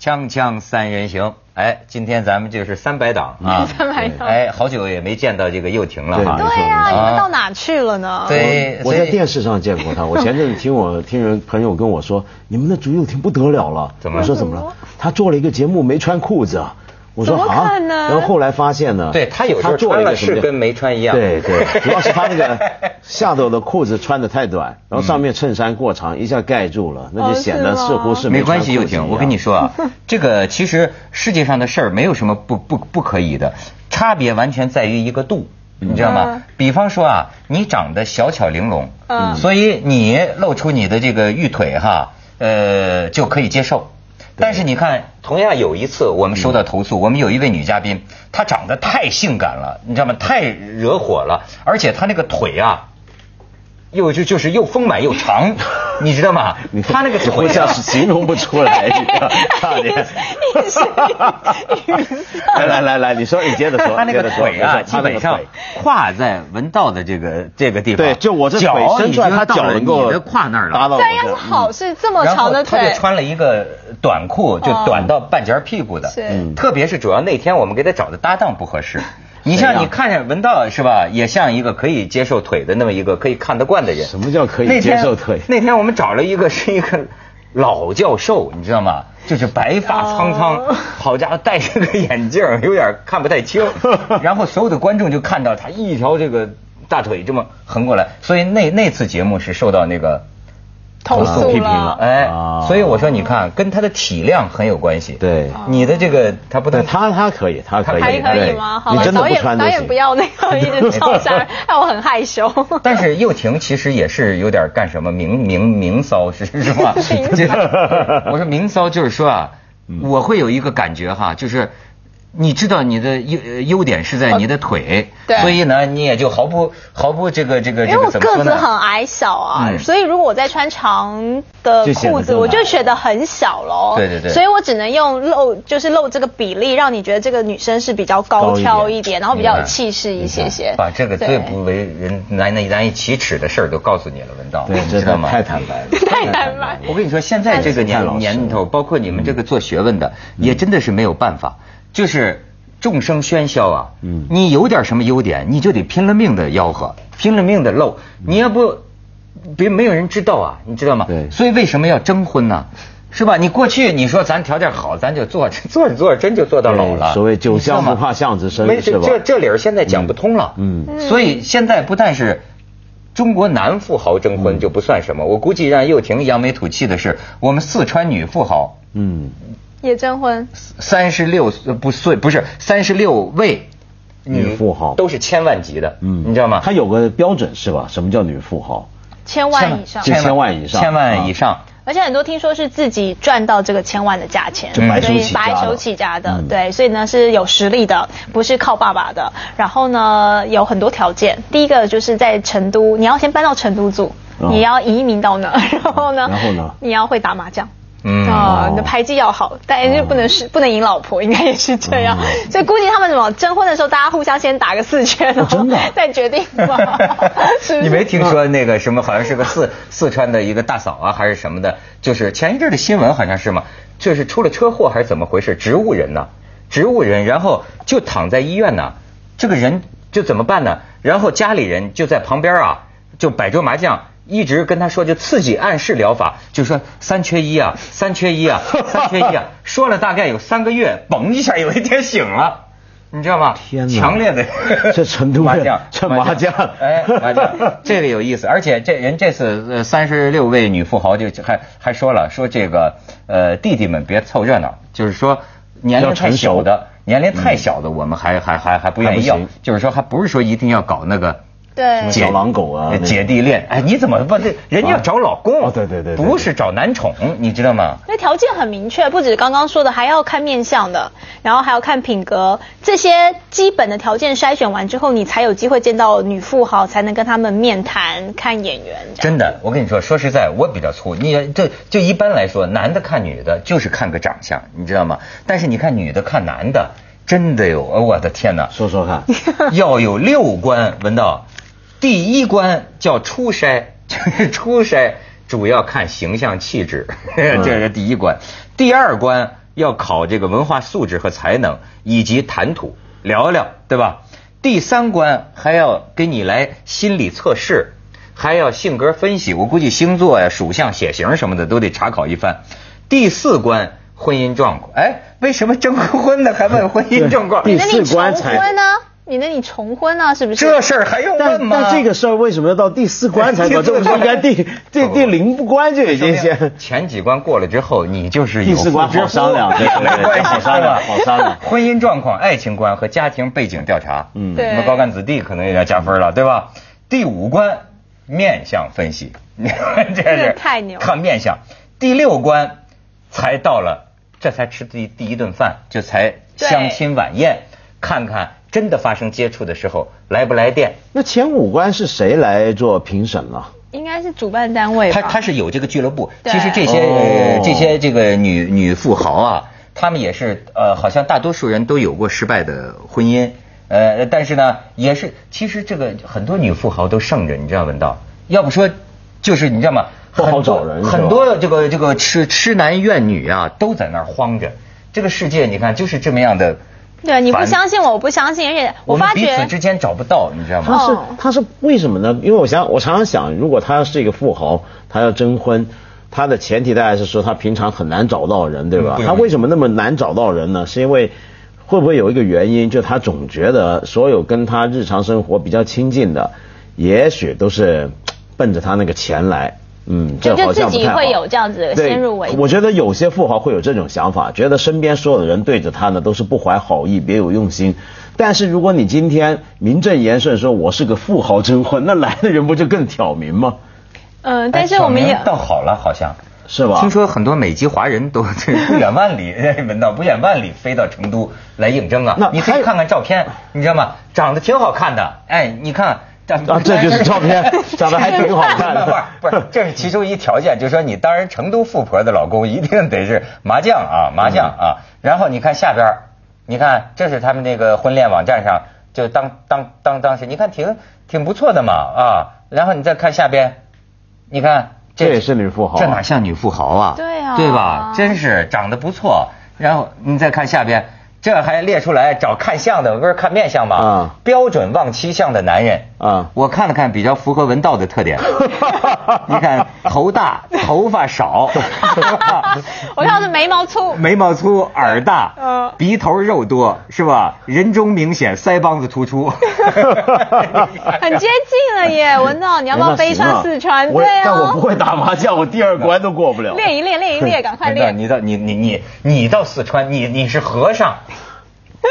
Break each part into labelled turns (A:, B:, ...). A: 锵锵三人行，哎，今天咱们就是三百档啊，
B: 三百档
A: 哎，好久也没见到这个又婷了哈。
B: 对呀、你们到哪去了呢？
A: 对，
C: 我
A: 哎所以
C: 在电视上见过他。我前阵子听我 听人朋友跟我说，你们的竹幼婷不得了了。
A: 怎么
C: 我说怎么了？他做了一个节目没穿裤子。我说
B: 怎么
C: 啊
B: 可，能
C: 然后后来发现呢，
A: 对他有时候
C: 他做了一
A: 穿了
C: 个什么
A: 是跟没穿一样
C: 对 对，主要是他那个下头的裤子穿的太短，然后上面衬衫过长，一下盖住了，那就显得
B: 哦是吗
C: 似乎是
A: 没
C: 穿
A: 关
C: 裤子
A: 系，
C: 一样
A: 又婷，我跟你，说 啊，这个其实世界上的事儿没有什么不不不可以的，差别完全在于一个度，你知道吗
B: 嗯？
A: 比方说啊，你长得小巧玲珑，
B: 嗯
A: 所以你露出你的这个玉腿哈，呃，就可以接受。但是你看，嗯同样有一次我们收到投诉，我们有一位女嘉宾，她长得太性感了，你知道吗？太惹火了，而且她那个腿啊，又就就是又丰满又 长，你知道吗？她那个
C: 你
A: 腿
C: 好
A: 啊
C: 像是形容不出来一样，差点。
B: 一时语塞
C: 来来来来，你说，你接着说，
A: 他那
C: 接
A: 个
C: 着说
A: 腿啊，
C: 你说
A: 基
C: 他那
A: 本
C: 个
A: 上
C: 腿
A: 跨在文道的这个这个地方，
C: 对，就我这腿伸出来，他
A: 脚已经
C: 脚能
A: 到了
C: 够
A: 你的胯那儿
C: 搭
A: 了。
C: 到我
B: 但要是
C: 这。
B: 哎
C: 嗯
B: 好事这么
A: 哦然
B: 长
A: 后
B: 的
A: 他就
B: 腿，
A: 穿了一个短裤，就
B: 哦
A: 短到半截屁股的。
B: 是嗯
A: 特别是主要那天我们给他找的搭档不合适。你
C: 谁
A: 像
C: 呀
A: 你看着文道是吧，也像一个可以接受腿的那么一个可以看得惯的人。
C: 什么叫可
A: 那
C: 以
A: 天
C: 接受腿？
A: 那天我们找了一个是一个老教授，你知道吗？就是白发苍苍，
B: 哦
A: 好家伙，戴着个眼镜儿，有点看不太 清。然后所有的观众就看到他一条这个大腿这么横过来，所以那那次节目是受到那个
B: 投
C: 诉
B: 诉
C: 批评
B: 了
C: 了。
A: 哎
C: 哦，
A: 所以我说你看，跟他的体量很有关系。
C: 对
A: 你的这个他不
C: 对
A: 但
C: 他他可以，
A: 哎
C: 他可以，
B: 还可以
C: 对
B: 吗？好
C: 你
B: 了，
C: 真的
B: 导
C: 不
B: 演
C: 穿就
B: 导
C: 行
B: 演不要那个一直照相，让我很 害羞。
A: 但是又婷其实也是有点干什么明明明骚是是 吧？这个 我说明骚就是说啊，
C: 嗯
A: 我会有一个感觉哈，就是。你知道你的优呃优点是在你的腿，
B: 啊对
A: 所以呢，你也就毫不毫不这个这个
B: 因为
A: 这个
B: 我
A: 怎么
B: 个
A: 说
B: 子
A: 呢？
B: 很矮小啊，
A: 嗯
B: 所以如果我再穿长的
C: 就显得
B: 裤子，
C: 更
B: 我就
C: 矮
B: 显得很小喽。
A: 对对对
B: 所以我只能用露，就是露这个比例，让你觉得这个女生是比较高
C: 高一
B: 挑
C: 点
B: 一点，然后比较有
A: 明白
B: 气势一些些。
A: 嗯把这个
B: 对
A: 最不为人难难难以启齿的事儿都告诉你了，文道，
C: 对，
A: 你
C: 真
A: 知道
C: 的
A: 吗？
C: 太坦白了，
B: 太坦白
A: 我跟你说，现在这个
C: 太老
A: 年
C: 实
A: 年头，
C: 了
A: 包括你们这个做学问的，
C: 嗯
A: 也真的是没有办法，就是众生喧嚣啊。
C: 嗯
A: 你有点什么优点，你就得拼了命的吆喝，拼了命的露，
C: 嗯
A: 你要不，别没有人知道啊，你知道吗？
C: 对
A: 所以为什么要征婚呢？是吧？你过去你说咱条件好，咱就做做着做着真就做到老了。
C: 对所谓酒
A: 你知道
C: 香
A: 吗
C: 不怕巷子深
A: 没
C: 是吧
A: 这这理儿现在讲不通了。
C: 嗯
A: 嗯，所以现在不但是中国男富豪征婚就不算
C: 嗯
A: 什么，我估计让又婷扬眉吐气的是，我们四川女富豪
C: 嗯，
B: 也征婚，
A: 三十六不岁不是三十六位
C: 女富豪
A: 都是千万级的，
C: 嗯，
A: 你知道吗？
C: 他有个标准是吧？什么叫女富豪？
B: 千万以上。
C: 千万就以上啊
A: 千万以上。
B: 而且很多听说是自己赚到这个千万的价钱，
C: 就白手
B: 所以
C: 起家
B: 白手
C: 的
B: 起家的，
C: 嗯
B: 对，所以呢是有实力的，不是靠爸爸的。然后呢有很多条件，第一个就是在成都，你要先搬到成都住，
C: 哦
B: 你要移民到那儿， 然后呢，
C: 然后呢
B: 你要会打麻将。
A: 嗯
B: 啊，你的牌技要好，但是不能是、不能赢老婆，应该也是这样。所以估计他们什么征婚的时候，大家互相先打个四圈，然后
C: 真的啊
B: 再决定吧。是 不
A: 你
B: 是
A: 没听说那个什么，好像是个四四川的一个大嫂啊，还是什么的，就是前一阵儿的新闻好像是嘛，就是出了车祸还是怎么回事，植物人呐，植物人，然后就躺在医院呐，这个人就怎么办呢？然后家里人就在旁边啊，就摆桌麻将。一直跟他说，就刺激暗示疗法，就说三缺一啊，三缺一啊，三缺一啊，说了大概有三个月，嘣一下有一天醒了，你知道吗？
C: 天哪
A: 强烈的
C: 这成都人
A: 麻将，
C: 这麻将
A: 哎，麻 将，这个有意思，而且这人这次呃三十六位女富豪就还还说了，说这个呃弟弟们别凑热闹，就是说年龄
C: 要
A: 太
C: 成
A: 小
C: 熟嗯
A: 的，年龄太小的我们还还还还不愿意
C: 还
A: 要
C: 不行，
A: 就是说还不是说一定要搞那个。
B: 对
A: 姐
C: 小狼狗啊那种
A: 姐弟恋，哎，你怎么不对？人家要找老公，
C: 啊哦对对对对，
A: 不是找男宠，你知道吗？
B: 那条件很明确，不止刚刚说的，还要看面相的，然后还要看品格，这些基本的条件筛选完之后，你才有机会见到女富豪，才能跟他们面谈、看眼缘。这样
A: 真的，我跟你说，说实在，我比较粗。你这就一般来说，男的看女的就是看个长相，你知道吗？但是你看女的看男的，真的有，哦我的天哪
C: 说说看，
A: 要有六关，文道，第一关叫初筛， 就是 初筛主要看形象气质，这是第一关。第二关要考这个文化素质和才能以及谈吐，聊聊，对吧？第三关还要给你来心理测试，还要性格分析，我估计星座呀、属相、血型什么的都得查考一番。第四关婚姻状况，哎，为什么征婚的还问婚姻状况？
C: 对第
B: 那你
C: 四关
B: 重
C: 才
B: 婚呢、你那你重婚呢、是不是？
A: 这事儿还用问
C: 但
A: 吗？
C: 但这个事儿为什么要到第四关才搞？这不是应该第第第零关就已经先
A: 前几关过了之后，你就是
C: 第
A: 有
C: 四关
A: 妇之
C: 好
A: 夫
C: 商量，对对
A: 没关
C: 对，这
A: 系
C: 好商量，
A: 是吧
C: 好商量。
A: 婚姻状况、爱情观和家庭背景调查，
C: 嗯
B: 对
A: 什么高干子弟可能也要加分了，对吧？第五关面相分析， 你看这
B: 这
A: 是
B: 太牛了
A: 看面相。第六关才到了，这才吃第第一顿饭，就才
B: 对
A: 相亲晚宴，看看真的发生接触的时候来不来电。
C: 那前五关是谁来做评审了？
B: 应该是主办单位吧。
A: 他他是有这个俱乐部。
B: 对
A: 其实这些、
C: 哦
A: 呃这些这个女女富豪啊，她们也是呃，好像大多数人都有过失败的婚姻，呃，但是呢，也是其实这个很多女富豪都剩着，你知道文道？要不说就是你知道吗？
C: 不好
A: 很多
C: 找人是吧
A: 很多这个这个痴痴男怨女啊，都在那儿慌着。这个世界你看就是这么样的，
B: 对，啊你不
A: 烦
B: 相信我，我不相信，而且
A: 我们
B: 发
A: 彼此
B: 觉
A: 之间找不到，你知道吗？
C: 他是
B: 哦
C: 他是为什么呢？因为我想我常常想，如果他是一个富豪，他要征婚，他的前提大概是说他平常很难找到人，对
A: 嗯不？
C: 吧
A: 容易
C: 他为什么那么难找到人呢？是因为会不会有一个原因，就他总觉得所有跟他日常生活比较亲近的，也许都是奔着他那个钱来。嗯，这
B: 就就
C: 好像
B: 自己
C: 不太好
B: 会有这样子的
C: 对
B: 先入为主
C: 我觉得有些富豪会有这种想法，觉得身边所有的人对着他呢都是不怀好意、别有用心。但是如果你今天名正言顺说我是个富豪征婚，那来的人不就更挑明吗？
B: 嗯，但是我们
A: 哎小
B: 也
A: 明倒好了，好像。
C: 是吧？
A: 听说很多美籍华人都 这不远万里，哎闻到不远万里飞到成都来应征啊
C: 那。
A: 你可
C: 还
A: 以
C: 有
A: 看看照片，你知道吗？长得挺好看的，哎，你看。
C: 啊这就是照 片长得还挺好看的
A: 不是，这是其中一条件，就是说你当然成都富婆的老公一定得是麻将啊，麻将啊。然后你看下边儿，你看这是他们那个婚恋网站上，就当当当当时，你看挺挺不错的嘛啊。然后你再看下边，你看
C: 这也是女富豪啊
A: 这哪像女富豪啊？
B: 对啊
A: 对吧？真是长得不错。然后你再看下边，这还列出来找看相的，不是看面相吗？
C: 啊
A: 标准望妻相的男人
C: 啊
A: 我看了看，比较符合文道的特 点。你看头大，头发 少，
B: 我要是眉 毛粗，
A: 眉毛粗，耳 大
C: 啊
B: 嗯，
A: 鼻头肉多，是吧？人中明显，腮帮子突出。
B: 很接近了耶，文道，你要不要飞
C: 哎那行
B: 穿
C: 啊
B: 四川？
C: 我
B: 对
C: 但我不
B: 啊，
C: 会打麻将，我第二关都过不了。
B: 练一练，练一练，赶 快
A: 真的，
B: 练。
A: 你到你你你你到四川，你你是和尚，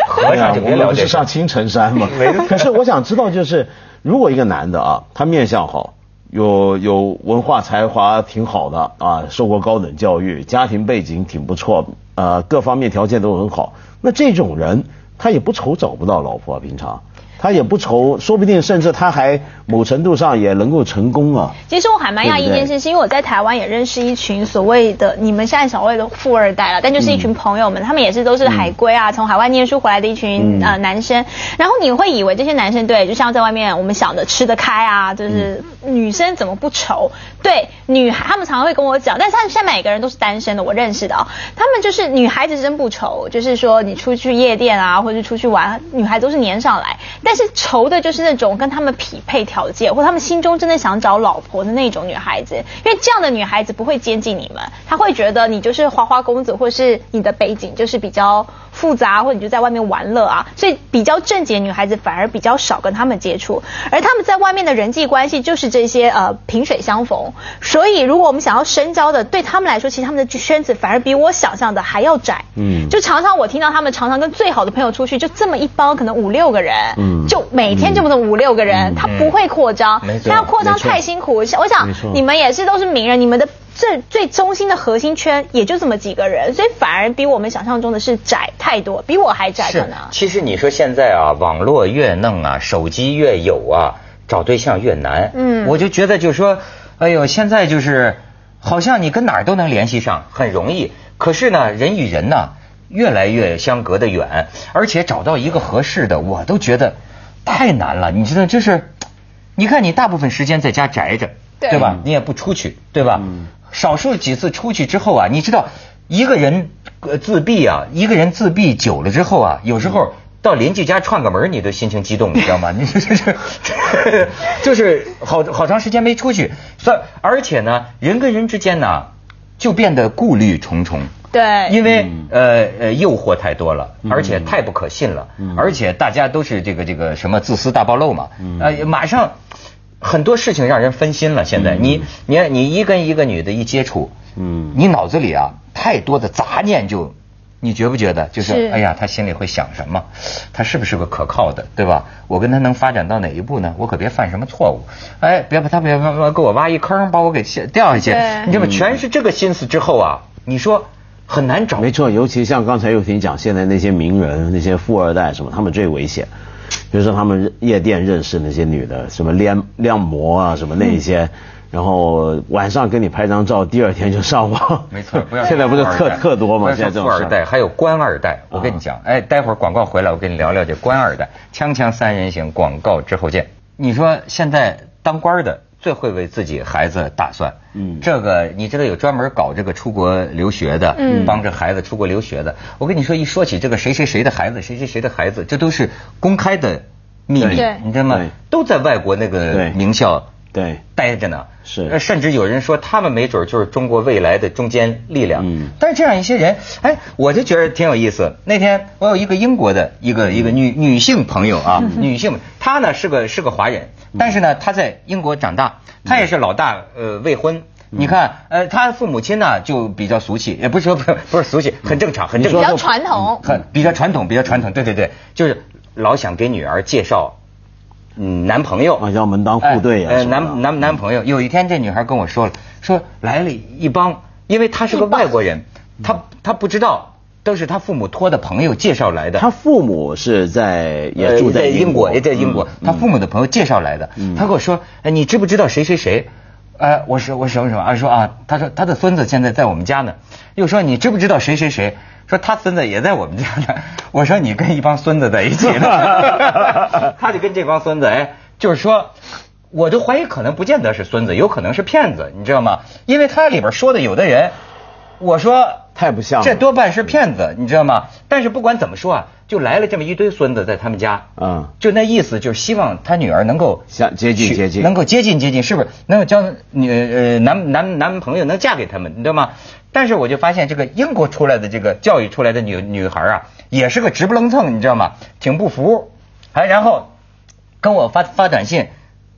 A: 和尚就别
C: 哎我们
A: 聊
C: 不
A: 这
C: 是
A: 事
C: 上青城山嘛
A: 没得。
C: 可是我想知道，就是如果一个男的啊，他面相好，有有文化才华挺好的啊，受过高等教育，家庭背景挺不错，呃，各方面条件都很好，那这种人他也不愁找不到老婆、啊，平常。
A: 嗯
C: 他也不愁，说不定甚至他还某程度上也能够成功啊。
B: 其实我还蛮讶异一
C: 对不对
B: 件事，是因为我在台湾也认识一群所谓的你们现在所谓的富二代了，但就是一群朋友们，他们也是都是海归啊，从海外念书回来的一群、
C: 嗯
B: 呃男生。然后你会以为这些男生对，就像在外面我们想的吃得开啊，就是女生怎么不愁？对，女孩他们常常会跟我讲，但是他们现在每个人都是单身的，我认识的、哦，他们就是女孩子真不愁，就是说你出去夜店啊，或者是出去玩，女孩都是黏上来，但是愁的就是那种跟他们匹配条件，或他们心中真的想找老婆的那种女孩子，因为这样的女孩子不会接近你们，她会觉得你就是花花公子，或是你的背景就是比较复杂，或者你就在外面玩乐啊，所以比较正经的女孩子反而比较少跟他们接触，而他们在外面的人际关系就是这些呃萍水相逢，所以如果我们想要深交的，对他们来说，其实他们的圈子反而比我想象的还要窄，
C: 嗯
B: 嗯，就常常我听到他们常常跟最好的朋友出去，就这么一帮，可能五六个人，
C: 嗯
B: 就每天就这么五六个人，他不会扩张
A: 没，错
B: 他要扩张
C: 没错
B: 太辛苦。我想
C: 没错
B: 你们也是都是名人，你们的最最中心的核心圈也就这么几个人，所以反而比我们想象中的是窄太多，比我还窄可
A: 是
B: 能，。
A: 其实你说现在啊，网络越弄啊，手机越有啊，找对象越难。
B: 嗯
A: 我就觉得就是说，哎呦，现在就是好像你跟哪儿都能联系上，很容易。可是呢，人与人呢越来越相隔得远，而且找到一个合适的，我都觉得太难了。你知道，就是你看你大部分时间在家宅着，
B: 对
A: 吧？你也不出去，对吧？少数几次出去之后啊，你知道一个人呃自闭啊，一个人自闭久了之后啊，有时候到邻居家串个门儿，你都心情激动，你知道吗？你 这这这，就是好好长时间没出去，算而且呢，人跟人之间呢，就变得顾虑重重。
B: 对
A: 因为呃呃诱惑太多了，而且太不可信了，而且大家都是这个这个什么自私大暴露嘛，呃马上很多事情让人分心了。现在你你你一跟一个女的一接触，
C: 嗯
A: 你脑子里啊太多的杂念就，你觉不觉得？就是
B: 是
A: 哎呀，她心里会想什么？她是不是个可靠的，对吧？我跟她能发展到哪一步呢？我可别犯什么错误。哎，别把她别别别给我挖一坑，把我给陷掉下去
B: 对。
A: 你知道吗？全是这个心思之后啊，你说很难找。
C: 没错，尤其像刚才又婷讲，现在那些名人、那些富二代什么，他们最危险，就是他们夜店认识那些女的，什么恋恋模啊，什么那一些。然后晚上跟你拍张照，第二天就上网。
A: 没错， 不要
C: 现在不是
A: 富二
C: 特
A: 代
C: 特多
A: 不
C: 吗？
A: 要
C: 现在这
A: 说
C: 种
A: 富二
C: 事儿啊
A: 代还有官二代，我跟你讲，哎，待会儿广告回来，我跟你聊聊这官二代。锵锵三人行，广告之后见。你说现在当官的最会为自己孩子打算，
C: 嗯
A: 这个你知道有专门搞这个出国留学的，
B: 嗯
A: 帮着孩子出国留学的。我跟你说，一说起这个谁谁谁的孩子，谁谁谁的孩子，这都是公开的秘密
B: 对，
A: 你知道吗
C: 对？
A: 都在外国那个
C: 对
A: 名校。
C: 对
A: 待着呢，
C: 是
A: 呃甚至有人说他们没准就是中国未来的中坚力量。
C: 嗯
A: 但是这样一些人，哎，我就觉得挺有意思。那天我有一个英国的一
C: 嗯
A: 个一个女女性朋友啊，女性，她呢是个是个华人，
C: 嗯
A: 但是呢她在英国长大，她也是老大呃未婚。
C: 嗯
A: 你看，呃，她父母亲呢就比较俗气，也不是说不 是不是俗
C: 嗯
A: 气，很正常，很正
B: 比
A: 常，嗯
B: 较传统。
A: 很比较传统，比较传统，对对对，就是老想给女儿介绍，嗯，男朋友，
C: 啊要门当户对啊
A: 哎呃，
C: 什么的
A: 男男男朋友。有一天这女孩跟我说了，说来了一帮，因为她是个外国人，她她不知道，都是她父母托的朋友介绍来的。
C: 他父母是在也住
A: 呃在
C: 英
A: 国，也在英国。
C: 嗯
A: 他父母的朋友介绍来的，
C: 嗯
A: 他跟我说，哎，你知不知道谁谁谁？呃，我说我什么什么啊？说啊，他说他的孙子现在在我们家呢。又说你知不知道谁谁谁？说他孙子也在我们家呢。我说你跟一帮孙子在一起 呢，他就跟这帮孙子，哎，就是说。我就怀疑可能不见得是孙子，有可能是骗子，你知道吗？因为他里边说的有的人，我说
C: 太不像了
A: 这多半是骗子，你知道吗？但是不管怎么说啊，就来了这么一堆孙子在他们家，
C: 嗯
A: 就那意思就是希望他女儿能够
C: 像接近
A: 去
C: 接近
A: 能够接近接近，是不是能够交女呃男男男朋友能嫁给他们，你知道吗？但是我就发现这个英国出来的这个教育出来的女女孩啊，也是个直不愣蹭，你知道吗？挺不服，还然后跟我发发短信，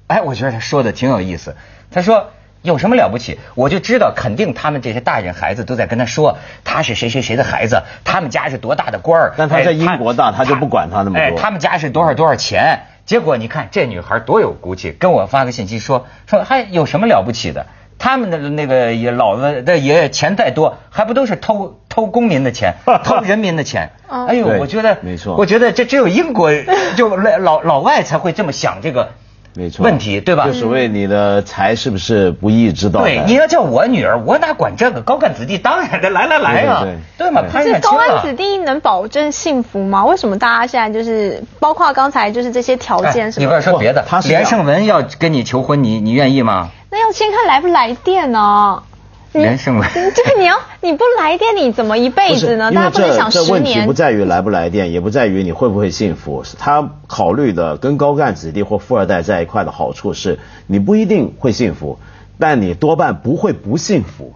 A: 哎，我觉得他说的挺有意思。他说有什么了不起？我就知道，肯定他们这些大人孩子都在跟他说，他是谁谁谁的孩子，他们家是多大的官儿。
C: 但他
A: 哎
C: 在英国大他就不管他那么多
A: 哎，他们家是多少多少钱？结果你看这女孩多有骨气，跟我发个信息说说，还有什么了不起的？他们的那个爷老子的爷爷钱再多，还不都是偷偷公民的 钱，偷人民的钱？
B: 嗯
A: 哎呦，
C: 对
A: 我觉得，
C: 没错
A: 我觉得这只有英 国就老老老外才会这么想这个
C: 没错
A: 问题，对吧？
C: 就所谓你的财是不是不义之道？
A: 对，你要叫我女儿，我哪管这个？高干子弟当然得来来来啊，
C: 对
A: 对嘛，攀
B: 是
A: 上
B: 高
A: 亲
B: 安
A: 了。
B: 子弟能保证幸福吗？为什么大家现在就是包括刚才就是这些条件什
A: 哎你
C: 哎
A: 不
B: 么的？
A: 要说别的
C: 哇，哦他是这样
A: 连胜文要跟你求婚，你你愿意吗？
B: 那要先看来不来电呢。 你
A: 连胜文
B: 对，你要你不来电，你怎么一辈
C: 不是
B: 子呢？
C: 因
B: 大家
C: 为
B: 不哎能
C: 这
B: 想
C: 这
B: 十
C: 问题
B: 年
C: 不。在于来不来电，也不在于你会不会幸福。是他考虑的跟高干子弟或富二代在一块的好处是，你不一定会幸福，但你多半不会不幸福。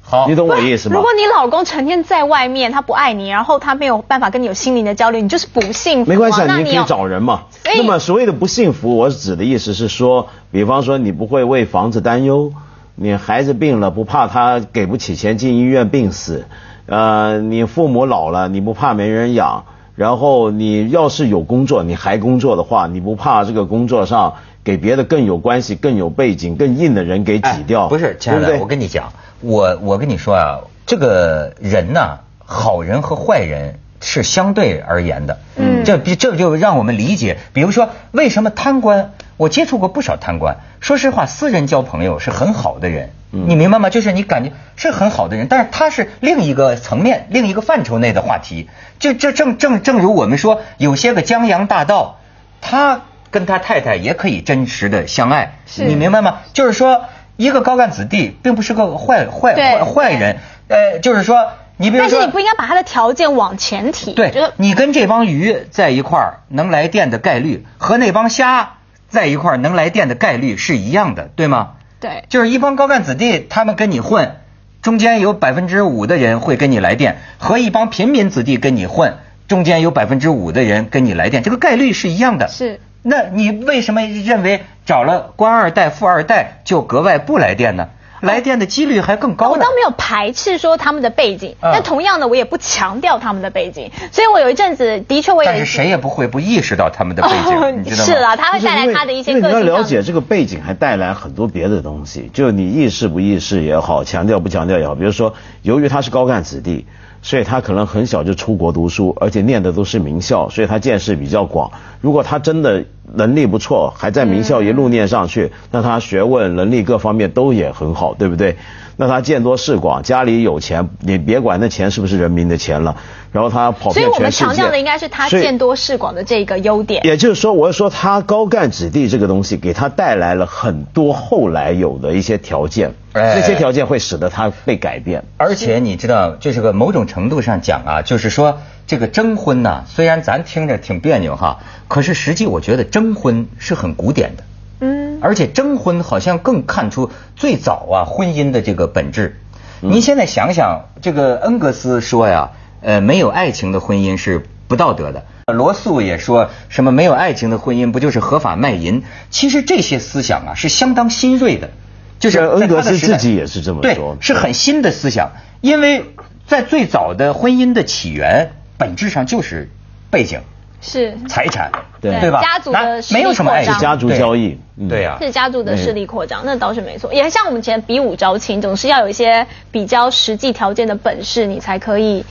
A: 好，
C: 你懂我意思吗
B: 哦如？果你老公成天在外面，他不爱你，然后他没有办法跟你有心灵的交流，你就是不幸福啊。
C: 没关系，啊，
B: 那哎
C: 你可
B: 有
C: 以找人嘛。
B: 所以
C: 那么所谓的不幸福，我指的意思是说，比方说你不会为房子担忧，你孩子病了不怕他给不起钱进医院病死，呃，你父母老了你不怕没人养，然后你要是有工作，你还工作的话，你不怕这个工作上给别的更有关系、更有背景、更硬的人给挤掉？
A: 哎不是，亲爱
C: 对不
A: 的，
C: 对
A: 我跟你讲，我我跟你说啊，这个人呐、好人和坏人是相对而言的。
B: 嗯
A: 这比这就让我们理解，比如说为什么贪官，我接触过不少贪官。说实话，私人交朋友是很好的人，
C: 嗯
A: 你明白吗？就是你感觉是很好的人，但是他是另一个层面、另一个范畴内的话题。就这正正正如我们说，有些个江洋大盗，他跟他太太也可以真实的相爱，
B: 是
A: 你明白吗？就是说，一个高干子弟并不是个坏坏
B: 对
A: 坏坏人，呃，就是说你比如
B: 但
A: 说，
B: 是你不应该把他的条件往前提。
A: 对
B: 就是，
A: 你跟这帮鱼在一块儿能来电的概率和那帮虾在一块儿能来电的概率是一样的，对吗？
B: 对，
A: 就是一帮高干子弟，他们跟你混，中间有百分之五的人会跟你来电，和一帮平民子弟跟你混，中间有百分之五的人跟你来电，这个概率是一样的。
B: 是。
A: 那你为什么认为找了官二代、富二代就格外不来电呢？
B: 哦
A: 来电的几率还更高
B: 我
A: 呢
B: 倒。没有排斥说他们的背景，
A: 嗯
B: 但同样的，我也不强调他们的背景。所以我有一阵子的确，我有
A: 但
B: 一
A: 是谁也不会不意识到他们的背 景，你知道吗？
B: 是啊啦，他会
C: 就是
B: 带
C: 因为
B: 来他的一些
C: 因为
B: 个
C: 你要
B: 性
C: 了
B: 上的。
C: 解这个背景，还带来很多别的东西，就你意识不意识也好，强调不强调也好。比如说，由于他是高干子弟，所以他可能很小就出国读书，而且念的都是名校，所以他见识比较广。如果他真的能力不错，还在名校一路念上
B: 嗯
C: 去，那他学问、能力各方面都也很好，对不对？那他见多识广，家里有钱，你别管那钱是不是人民的钱了。然后他跑
B: 所
C: 遍
B: 以我
C: 全
B: 们
C: 世界。
B: 强调的应该是他
C: 所以
B: 见多识广的这个优点。
C: 也就是说，我是说他高干子弟这个东西给他带来了很多后来有的一些条件，
A: 哎
C: 这些条件会使得他被改变。
A: 而且你知道，这是个某种程度上讲啊，就是说这个征婚呐，虽然咱听着挺别扭哈，可是实际我觉得征婚是很古典的，
B: 嗯，
A: 而且征婚好像更看出最早啊婚姻的这个本质。
C: 嗯
A: 您现在想想，这个恩格斯说呀，呃，没有爱情的婚姻是不道德的。罗素也说什么没有爱情的婚姻不就是合法卖淫？其实这些思想啊是相当新锐的，就是
C: 对
A: 在他的
C: 恩格斯
A: 时代
C: 自己也是这么
A: 对
C: 说
A: 是很新的思想，因为在最早的婚姻的起源本质上就是背景、
B: 是
A: 财产，
C: 对
A: 对吧？
B: 家族的
A: 那
B: 势力
A: 没有什么爱
B: 扩
A: 情，
B: 张啊
C: 是家族
A: 对
C: 交易嗯
A: 对呀、
B: 是家族的势力扩张，那倒是没错。也像我们以前比武招亲，总是要有一些比较实际条件的本事，你才可以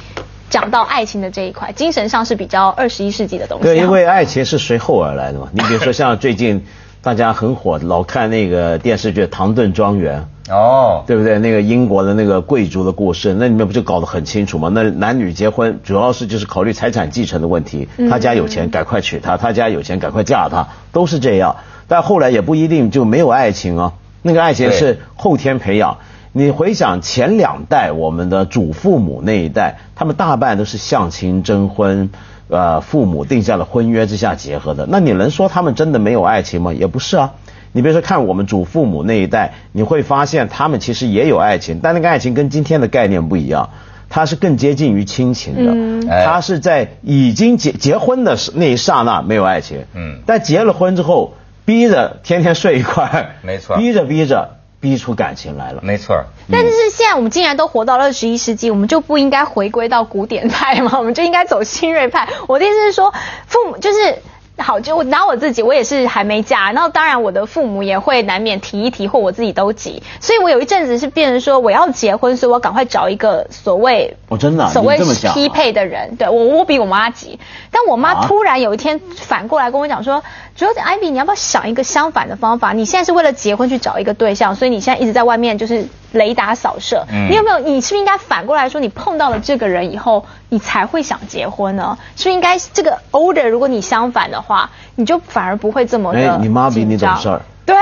B: 讲到爱情的这一块。精神上是比较二十一世纪的东西。啊
C: 对，因为爱情是随后而 来的嘛。你比如说像最近大家很火，老看那个电视剧《唐顿庄园》。
A: 哦，
C: 对不对？那个英国的那个贵族的故事，那里面不就搞得很清楚吗？那男女结婚主要是就是考虑财产继承的问题，他家有钱赶快娶她，他家有钱赶快嫁她，都是这样。但后来也不一定就没有爱情啊，那个爱情
A: 对
C: 是后天培养。你回想前两代，我们的祖父母那一代，他们大半都是相亲征婚。呃，父母定下了婚约之下结合的，那你能说他们真的没有爱情吗？也不是啊，你比如说看我们祖父母那一代，你会发现他们其实也有爱情，但那个爱情跟今天的概念不一样，它是更接近于亲情的，
B: 嗯
A: 哎
C: 它是在已经结结婚的时那一刹那没有爱情，
A: 嗯
C: 但结了婚之后，逼着天天睡一块儿，
A: 没错
C: 逼着逼着逼出感情来了。
A: 没错儿。
B: 但是现
C: 嗯
B: 在我们既然都活到二十一世纪，我们就不应该回归到古典派嘛， 我们就应该走新锐派。我的意思是说，父母就是。好，就我拿我自己，我也是还没嫁，那当然我的父母也会难免提一提，或我自己都急，所以我有一阵子是变成说我要结婚，所以我赶快找一个所谓
C: 哦真的啊
B: 所谓
C: 你这么想啊
B: 匹配的人，对我我比我妈急，但我妈
C: 啊
B: 突然有一天反过来跟我讲说，主要是艾比，你要不要想一个相反的方法？你现在是为了结婚去找一个对象，所以你现在一直在外面就是雷达扫射。
A: 嗯
B: 你有没有？你是不是应该反过来说，你碰到了这个人以后，你才会想结婚呢？是不是应该这个 order？如果你相反的话，你就反而不会这么的紧
C: 哎
B: 张。
C: 你妈比你懂事儿。
B: 对，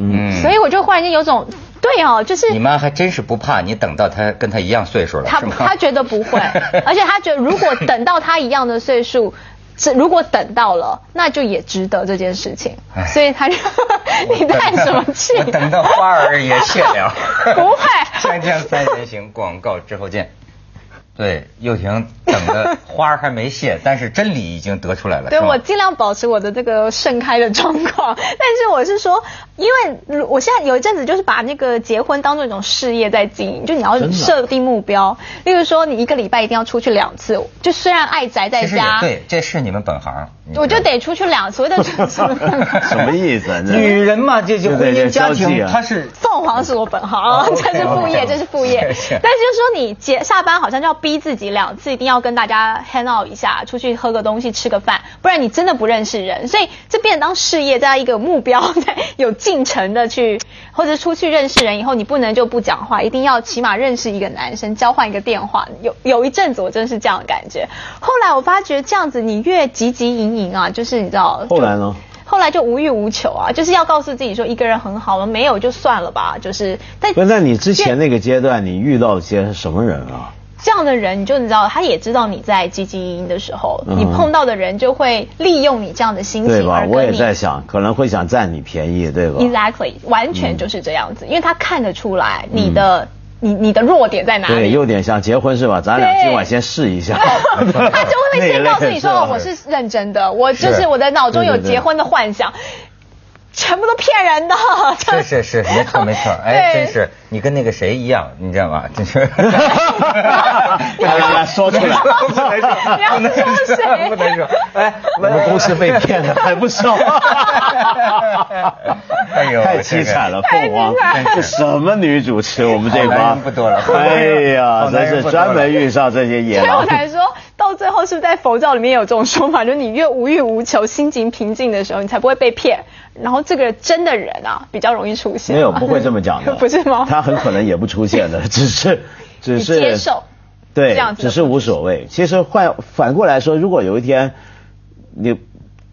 A: 嗯
B: 所以我就忽然间有种，对哦，就是
A: 你妈还真是不怕你等到她跟她一样岁数了，
B: 他
A: 是吗？
B: 他觉得不 会，而且他觉得如果等到他一样的岁数，是如果等到了，那就也值得这件事情
A: 唉，
B: 所以他就 你叹什么气？。
A: 我 等到花儿也谢了
B: 不会
A: 锵锵 三人行，广告之后见。对，又婷等 的花儿还没谢，但是真理已经得出来了。
B: 对
A: 是吗
B: 我尽量保持我的这个盛开的状况， 但是我是说，因为我现在有一阵子就是把那个结婚当做一种事业在经营，就你要
C: 真的
B: 设定目标，例如说你一个礼拜一定要出去两次，就虽然爱宅在
A: 其实也
B: 家，
A: 对，这是你们本行。你知道
B: 我就得出去两次，我得出去
C: 什么意 思啊？这
A: 女人嘛，这就婚
C: 对对
A: 姻
C: 对
A: 家
C: 交际
A: 庭，
C: 啊
A: 她是
B: 凤凰是我本行
A: 哦，，OK，
B: 这是副业，
A: OK
B: 这是副业。但
A: 是
B: 是
A: 是
B: 就是说你结下班好像就要逼自己两次，一定要跟大家 hang out 一下，出去喝个东西，吃个饭，不然你真的不认识人。所以这变得当事业这样一个目标，在有进程的去，或者出去认识人以后，你不能就不讲话，一定要起码认识一个男生，交换一个电话。有有一阵子我真的是这样的感觉，后来我发觉这样子你越汲汲营营啊，就是你知道，
C: 后来呢？
B: 后来就无欲无求啊，就是要告诉自己说一个人很好了，没有就算了吧，就是但
C: 不是，在你之前那个阶段，你遇到一些什么人啊？
B: 这样的人，你就你知道，他也知道你在积极营营的时候，
C: 嗯
B: 你碰到的人就会利用你这样的心
C: 对
B: 情
C: 吧
B: 而？
C: 我
B: 跟
C: 也
B: 你。
C: 在想，可能会想占你便宜，对吧？
B: Exactly，完
C: 嗯
B: 全就是这样子，因为他看得出来你的、你你的弱点在哪
C: 对，
B: 里。
C: 有点像结婚是吧？咱俩
B: 对
C: 今晚先试一下。
B: 他就会先告诉你说，
C: 那一类
B: 哦我是认真的，我就是是我的脑中有
C: 对对对
B: 结婚的幻想，全部都骗人的。
A: 是是是，没错没 错，哎，
B: 对
A: 真是你跟那个谁一样，你知道吗？真 是。
C: 不要让他说出来。
A: 不 能说，不能说，不能说。哎，
C: 我们公司被骗的 还不少，
A: 哎呦
C: 太凄惨了，
B: 这个
C: 凤凰
B: 太凄惨，
C: 这什么女主持我们这
A: 好男
C: 帮
A: 人不多了
C: 哎呀，
A: 好男
C: 真
A: 人
C: 是
A: 不多了
C: 专门遇上这些野
B: 所以我
C: 狼。
B: 才说到最后，是不是在佛教里面有这种说法，就是你越无欲无求、心情平静的时候，你才不会被骗。然后这个真的人啊，比较容易出现。
C: 没有，不会这么讲的，
B: 不是吗？
C: 他很可能也不出现的，只是，只是
B: 你接受
C: 对
B: 这样，子的
C: 只是无所谓。其实换反过来说，如果有一天你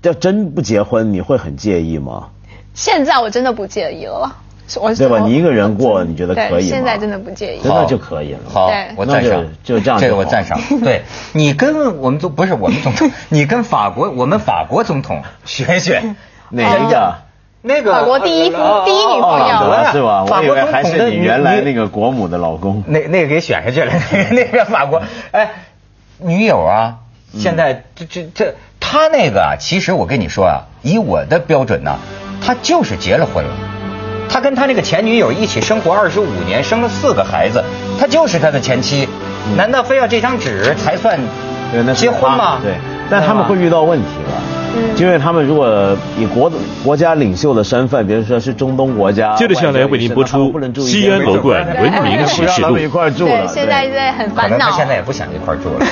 C: 要真不结婚，你会很介意吗？
B: 现在我真的不介意了啦。是我
C: 对吧？
B: 我
C: 你一个人过，你觉得
B: 对
C: 可以吗？
B: 现在真的不介意
C: 真的就可以了。
A: 好
B: 对，
A: 我赞赏，
C: 那就就这样就好
A: 这个我赞赏。对你跟我们总不是我们总统，你跟法国我们法国总统学学
C: 哪一个？
A: 那个
B: 法国第一夫第一女
C: 奥
B: 朋
C: 朗
B: 友
A: 哦
C: 德是吧？
A: 法
C: 我以
A: 国
C: 为
A: 总统
C: 还是
A: 的
C: 你
A: 女
C: 原来
A: 女
C: 那个国母的老公。
A: 那那个给选下去了，那个那个法国，哎，女友啊，
C: 嗯
A: 现在这这这他那个啊，其实我跟你说啊，以我的标准呢、他就是结了婚了。他跟他那个前女友一起生活二十五年，生了四个孩子，他就是他的前妻。难道非要这张纸才算
C: 嗯对，那是
A: 结婚
C: 他
A: 吗？
C: 对，但他们
A: 对吧
C: 会遇到问题了，就因为他们如果以国国家领袖的身份，比如说是中东国家，
D: 接着下来为您播出
C: 外交人士
D: 《西安楼冠文明启示
C: 他
D: 录
C: 们不能住一间不让他们一》。块儿住了
B: 对，。现在在很
A: 可
B: 烦
A: 能
B: 恼。
A: 他现在也不想一块儿住了。